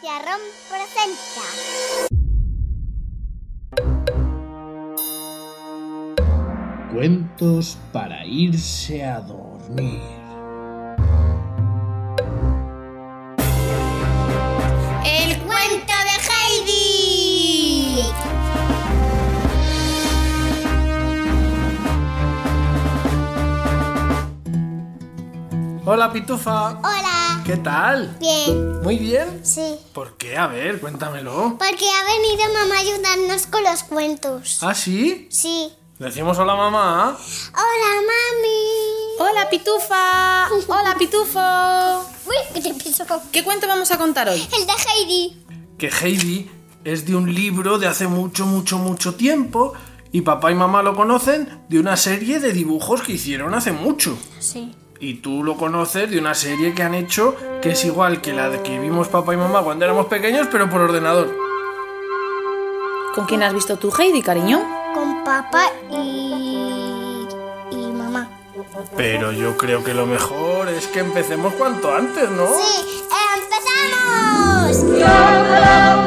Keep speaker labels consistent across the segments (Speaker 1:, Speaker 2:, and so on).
Speaker 1: Diarrón presenta.
Speaker 2: Cuentos para irse a dormir.
Speaker 1: El cuento de Heidi.
Speaker 3: Hola Pitufa,
Speaker 1: Hola.
Speaker 3: ¿qué tal?
Speaker 1: Bien.
Speaker 3: ¿Muy bien?
Speaker 1: Sí.
Speaker 3: ¿Por qué? A ver, cuéntamelo.
Speaker 1: Porque ha venido mamá a ayudarnos con los cuentos.
Speaker 3: ¿Ah, sí?
Speaker 1: Sí.
Speaker 3: Decimos hola mamá.
Speaker 1: Hola, mami.
Speaker 4: Hola pitufa, hola pitufo.
Speaker 1: Uy, que te pienso con...
Speaker 4: ¿Qué cuento vamos a contar hoy?
Speaker 1: El de Heidi.
Speaker 3: Que Heidi es de un libro de hace mucho, mucho, mucho tiempo y papá y mamá lo conocen de una serie de dibujos que hicieron hace mucho.
Speaker 1: Sí.
Speaker 3: Y tú lo conoces de una serie que han hecho que es igual que la de que vimos papá y mamá cuando éramos pequeños, pero por ordenador.
Speaker 4: ¿Con quién has visto tú, Heidi, cariño?
Speaker 1: Con papá y... y mamá.
Speaker 3: Pero yo creo que lo mejor es que empecemos cuanto antes, ¿no?
Speaker 1: Sí, empezamos.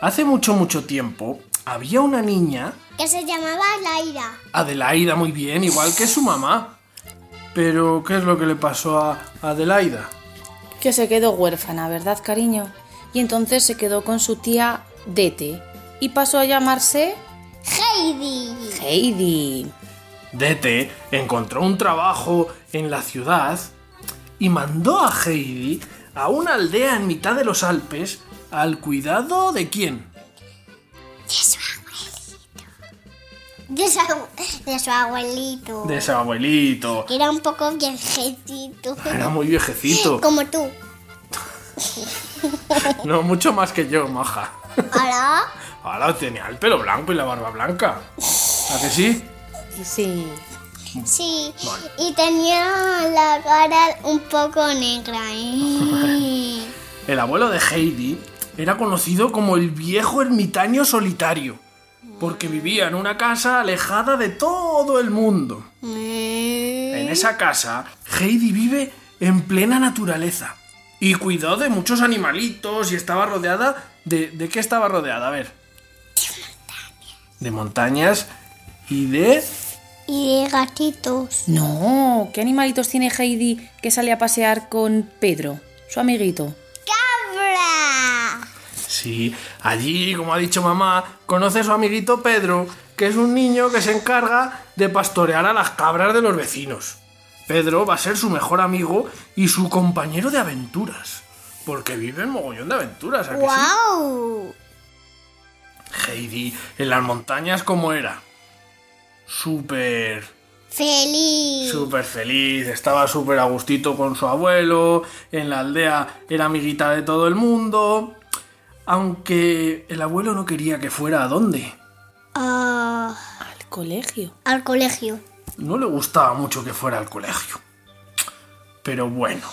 Speaker 3: Hace mucho, mucho tiempo había una niña
Speaker 1: Que se llamaba Laira.
Speaker 3: Adelaida muy bien, igual que su mamá. Pero, ¿qué es lo que le pasó a Adelaida?
Speaker 4: Que se quedó huérfana, ¿verdad, cariño? Y entonces se quedó con su tía Dete y pasó a llamarse
Speaker 1: Heidi.
Speaker 4: Heidi.
Speaker 3: Dete encontró un trabajo en la ciudad y mandó a Heidi a una aldea en mitad de los Alpes al cuidado de quién?
Speaker 1: De su abuelito. De su, abu- de su abuelito.
Speaker 3: De su abuelito.
Speaker 1: Que era un poco viejecito.
Speaker 3: Era muy viejecito.
Speaker 1: Como tú.
Speaker 3: No mucho más que yo, maja.
Speaker 1: Ahora.
Speaker 3: Ahora tenía el pelo blanco y la barba blanca. ¿A que sí?
Speaker 4: Sí.
Speaker 1: Sí.
Speaker 3: Vale.
Speaker 1: Y tenía la cara un poco negra. ¿eh?
Speaker 3: El abuelo de Heidi era conocido como el viejo ermitaño solitario, porque vivía en una casa alejada de todo el mundo.
Speaker 1: Mm.
Speaker 3: En esa casa, Heidi vive en plena naturaleza y cuidó de muchos animalitos y estaba rodeada de... ¿De qué estaba rodeada? A ver. De montañas. y de...
Speaker 1: y de gatitos.
Speaker 4: No, ¿qué animalitos tiene Heidi que sale a pasear con Pedro, su amiguito?
Speaker 1: ¡Cabra!
Speaker 3: Sí, allí, como ha dicho mamá, conoce a su amiguito Pedro, que es un niño que se encarga de pastorear a las cabras de los vecinos. Pedro va a ser su mejor amigo y su compañero de aventuras, porque vive en mogollón de aventuras. ¿a que sí?
Speaker 1: ¡Wow!
Speaker 3: Heidi, en las montañas, ¿cómo era? Súper,
Speaker 1: ¡Feliz!
Speaker 3: súper feliz, estaba súper a gustito con su abuelo, en la aldea era amiguita de todo el mundo, aunque el abuelo no quería que fuera a dónde.
Speaker 1: Ah,
Speaker 4: Al colegio.
Speaker 1: al colegio.
Speaker 3: no le gustaba mucho que fuera al colegio. Pero bueno,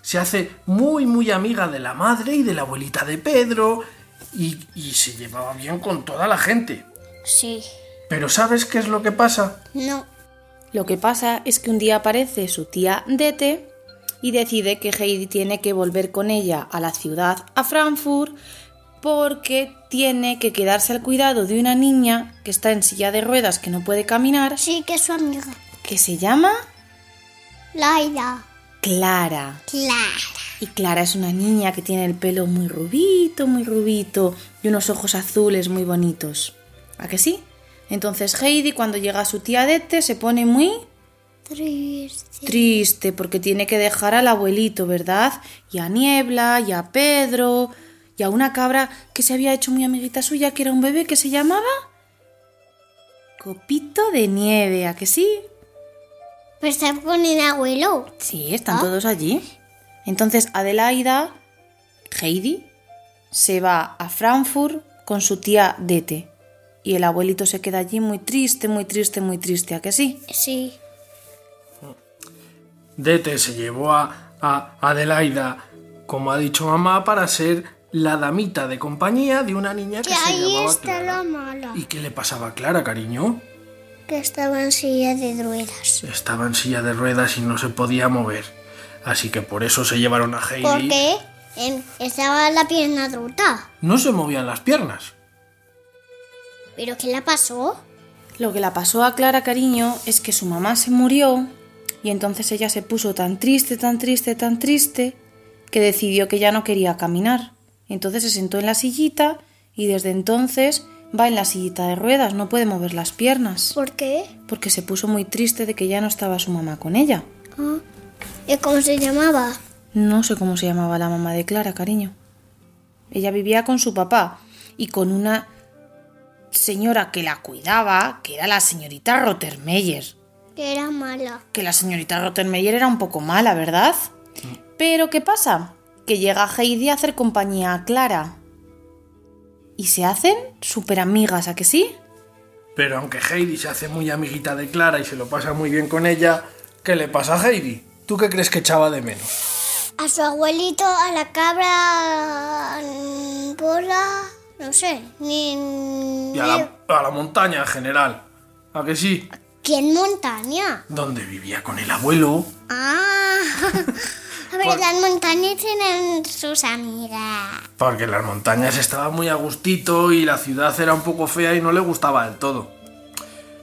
Speaker 3: se hace muy muy amiga de la madre y de la abuelita de Pedro y, y se llevaba bien con toda la gente.
Speaker 1: Sí.
Speaker 3: Pero ¿sabes qué es lo que pasa?
Speaker 1: No.
Speaker 4: Lo que pasa es que un día aparece su tía Dete y decide que Heidi tiene que volver con ella a la ciudad, a Frankfurt, porque tiene que quedarse al cuidado de una niña que está en silla de ruedas, que no puede caminar,
Speaker 1: Sí que es su amiga.
Speaker 4: que se llama
Speaker 1: Laira.
Speaker 4: Clara.
Speaker 1: Clara.
Speaker 4: Y Clara es una niña que tiene el pelo muy rubito, muy rubito, y unos ojos azules muy bonitos. ¿A que sí? Entonces Heidi cuando llega a su tía Dete se pone muy...
Speaker 1: Triste.
Speaker 4: Triste porque tiene que dejar al abuelito, ¿verdad? Y a Niebla, y a Pedro, y a una cabra que se había hecho muy amiguita suya, que era un bebé que se llamaba... Copito de nieve, ¿a que sí?
Speaker 1: Pero está con el abuelo.
Speaker 4: Sí, están todos allí. Entonces Adelaida, Heidi, se va a Frankfurt con su tía Dete. Y el abuelito se queda allí muy triste, muy triste, muy triste, ¿a que sí?
Speaker 1: Sí.
Speaker 3: Dete se llevó a, a Adelaida, como ha dicho mamá, para ser la damita de compañía de una niña que
Speaker 1: Que
Speaker 3: se
Speaker 1: ahí
Speaker 3: llamaba
Speaker 1: está
Speaker 3: Clara.
Speaker 1: la mala.
Speaker 3: ¿Y qué le pasaba a Clara, cariño?
Speaker 1: que estaba en silla de ruedas.
Speaker 3: Estaba en silla de ruedas y no se podía mover. Así que por eso se llevaron a Heidi.
Speaker 1: Porque em, estaba la pierna rota.
Speaker 3: No se movían las piernas.
Speaker 1: ¿Pero qué le pasó?
Speaker 4: Lo que la pasó a Clara Cariño es que su mamá se murió y entonces ella se puso tan triste, tan triste, tan triste que decidió que ya no quería caminar. Entonces se sentó en la sillita y desde entonces va en la sillita de ruedas, no puede mover las piernas
Speaker 1: ¿Por qué?
Speaker 4: porque se puso muy triste de que ya no estaba su mamá con ella.
Speaker 1: Ah, ¿Y cómo se llamaba?
Speaker 4: No sé cómo se llamaba la mamá de Clara, cariño. Ella vivía con su papá y con una señora que la cuidaba, que era la señorita Rottermeier.
Speaker 1: Que era mala.
Speaker 4: Que la señorita Rottermeier era un poco mala, ¿verdad? Pero ¿qué pasa? Que llega Heidi a hacer compañía a Clara. Y se hacen súper amigas, ¿a que sí?
Speaker 3: Pero aunque Heidi se hace muy amiguita de Clara y se lo pasa muy bien con ella, ¿qué le pasa a Heidi? ¿Tú qué crees que echaba de menos?
Speaker 1: A su abuelito, a la cabra. mm, Bola. No sé. Ni.
Speaker 3: Y a la, a la montaña en general. ¿A que sí?
Speaker 1: ¿Quién montaña?
Speaker 3: Donde vivía con el abuelo.
Speaker 1: Ah. A ver,
Speaker 3: Por-
Speaker 1: las montañas tienen sus amigas.
Speaker 3: Porque en las montañas estaba muy a gustito y la ciudad era un poco fea y no le gustaba del todo.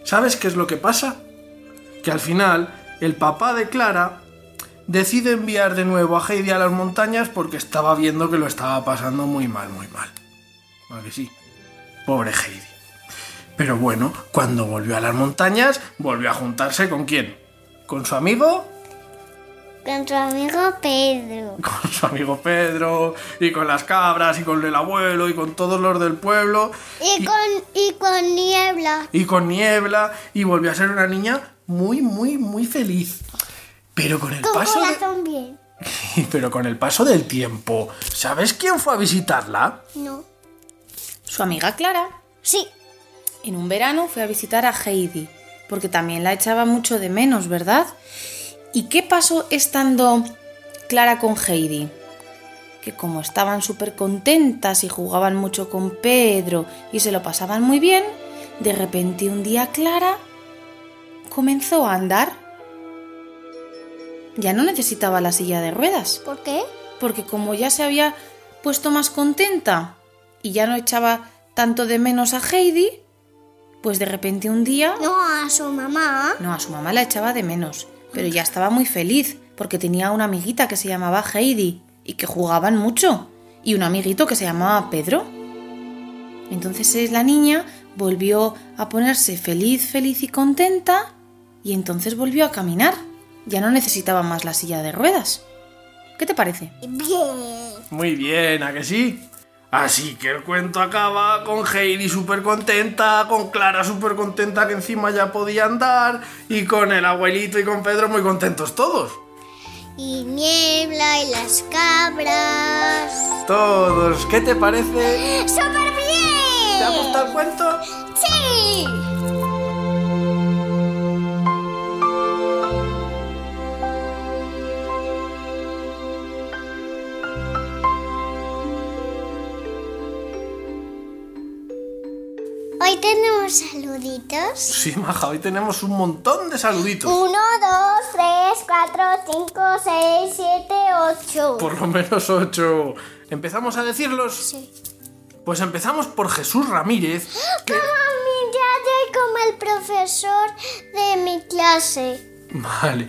Speaker 3: ¿Sabes qué es lo que pasa? Que al final el papá de Clara decide enviar de nuevo a Heidi a las montañas porque estaba viendo que lo estaba pasando muy mal, muy mal. ¿A que sí? Pobre Heidi. Pero bueno, cuando volvió a las montañas, volvió a juntarse con quién? ¿Con su amigo?
Speaker 1: Con tu amigo Pedro.
Speaker 3: con su amigo Pedro y con las cabras y con el abuelo y con todos los del pueblo
Speaker 1: Y con, y con niebla.
Speaker 3: y con Niebla y volvió a ser una niña muy muy muy feliz. Pero con el
Speaker 1: Con
Speaker 3: paso de-
Speaker 1: corazón bien.
Speaker 3: pero con el paso del tiempo, ¿sabes quién fue a visitarla?
Speaker 1: No.
Speaker 4: Su amiga Clara,
Speaker 1: Sí.
Speaker 4: en un verano, fue a visitar a Heidi, porque también la echaba mucho de menos, ¿verdad? ¿Y qué pasó estando Clara con Heidi? Que como estaban súper contentas y jugaban mucho con Pedro y se lo pasaban muy bien, de repente un día Clara comenzó a andar. Ya no necesitaba la silla de ruedas
Speaker 1: ¿Por qué?
Speaker 4: porque como ya se había puesto más contenta y ya no echaba tanto de menos a Heidi, pues de repente un día,
Speaker 1: No, a su mamá.
Speaker 4: no, a su mamá la echaba de menos, pero ya estaba muy feliz porque tenía una amiguita que se llamaba Heidi y que jugaban mucho y un amiguito que se llamaba Pedro. Entonces eh, la niña volvió a ponerse feliz, feliz y contenta y entonces volvió a caminar. Ya no necesitaba más la silla de ruedas. ¿Qué te parece?
Speaker 1: Bien.
Speaker 3: Muy bien, ¿a que sí? Así que el cuento acaba con Heidi súper contenta, con Clara súper contenta que encima ya podía andar y con el abuelito y con Pedro muy contentos todos.
Speaker 1: Y niebla y las cabras.
Speaker 3: Todos, ¿qué te parece?
Speaker 1: ¡Súper
Speaker 3: ¿Te ha
Speaker 1: bien!
Speaker 3: gustado el cuento?
Speaker 1: ¡Sí! Hoy tenemos saluditos.
Speaker 3: Sí, maja, hoy tenemos un montón de saluditos.
Speaker 1: 1, 2, 3, 4, 5, 6, 7, 8.
Speaker 3: Por lo menos ocho. ¿Empezamos a decirlos?
Speaker 1: Sí.
Speaker 3: Pues empezamos por Jesús Ramírez. que-
Speaker 1: como el profesor de mi clase.
Speaker 3: Vale.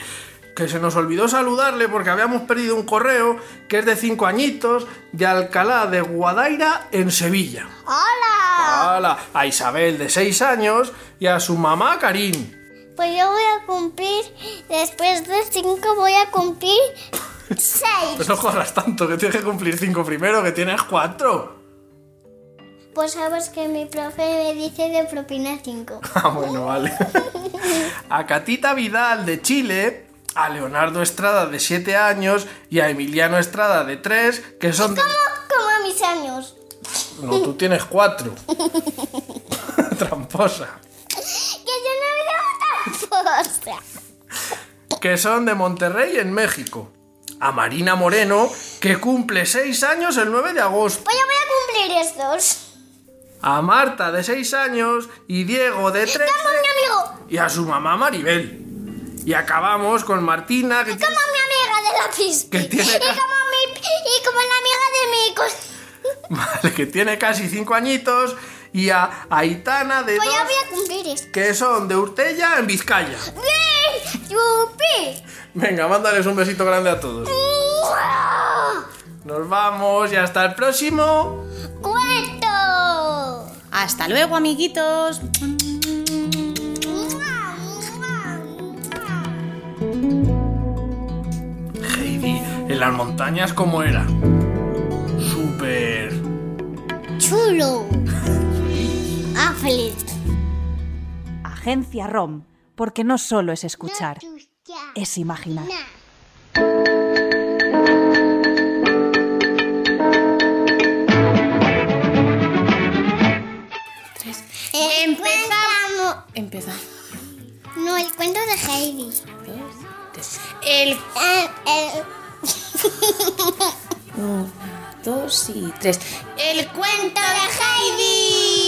Speaker 3: Que se nos olvidó saludarle porque habíamos perdido un correo que es de cinco añitos de Alcalá de Guadaira en Sevilla.
Speaker 1: ¡Hola!
Speaker 3: Hala, A Isabel de seis años y a su mamá Karin.
Speaker 1: Pues yo voy a cumplir, después de 5 voy a cumplir 6.
Speaker 3: Pues no jodas tanto, que tienes que cumplir cinco primero, que tienes cuatro.
Speaker 1: Pues sabes que mi profe me dice de propina 5.
Speaker 3: Ah, bueno, vale. A Catita Vidal de Chile, a Leonardo Estrada de 7 años y a Emiliano Estrada de 3, que son... de-
Speaker 1: Como a mis años.
Speaker 3: No, tú tienes 4. Tramposa.
Speaker 1: Que yo no me tan postra.
Speaker 3: Que son de Monterrey en México. A Marina Moreno, que cumple 6 años el 9 de agosto.
Speaker 1: Pues yo voy a cumplir estos.
Speaker 3: A Marta de 6 años y Diego de 13.
Speaker 1: ¡Vamos, mi amigo!
Speaker 3: y a su mamá Maribel. Y acabamos con Martina, que,
Speaker 1: Como mi amiga de la pista.
Speaker 3: Que tiene
Speaker 1: Y
Speaker 3: ca-
Speaker 1: como, mi, y como la amiga de mi cos-
Speaker 3: vale, que tiene casi cinco añitos, y a Aitana, de
Speaker 1: Pues ya
Speaker 3: dos,
Speaker 1: voy a cumplir esto.
Speaker 3: que son de Urtella en Vizcaya.
Speaker 1: ¡Bien! ¡Yupi!
Speaker 3: Venga, mándales un besito grande a todos.
Speaker 1: ¡Mua!
Speaker 3: Nos vamos y hasta el próximo.
Speaker 1: ¡Cuento!
Speaker 4: Hasta luego, amiguitos.
Speaker 1: ¡Mua, mua, mua!
Speaker 3: Heidi, en las montañas, ¿cómo era? Súper.
Speaker 1: ¡Chulo! ¡Ah, feliz!
Speaker 5: Agencia ROM, porque no solo es escuchar, es imaginar.
Speaker 1: Empezamos.
Speaker 4: Empezamos.
Speaker 1: No, el cuento de Heidi.
Speaker 4: El
Speaker 1: Eh, eh,
Speaker 4: Una, dos y tres. El cuento
Speaker 1: de Heidi!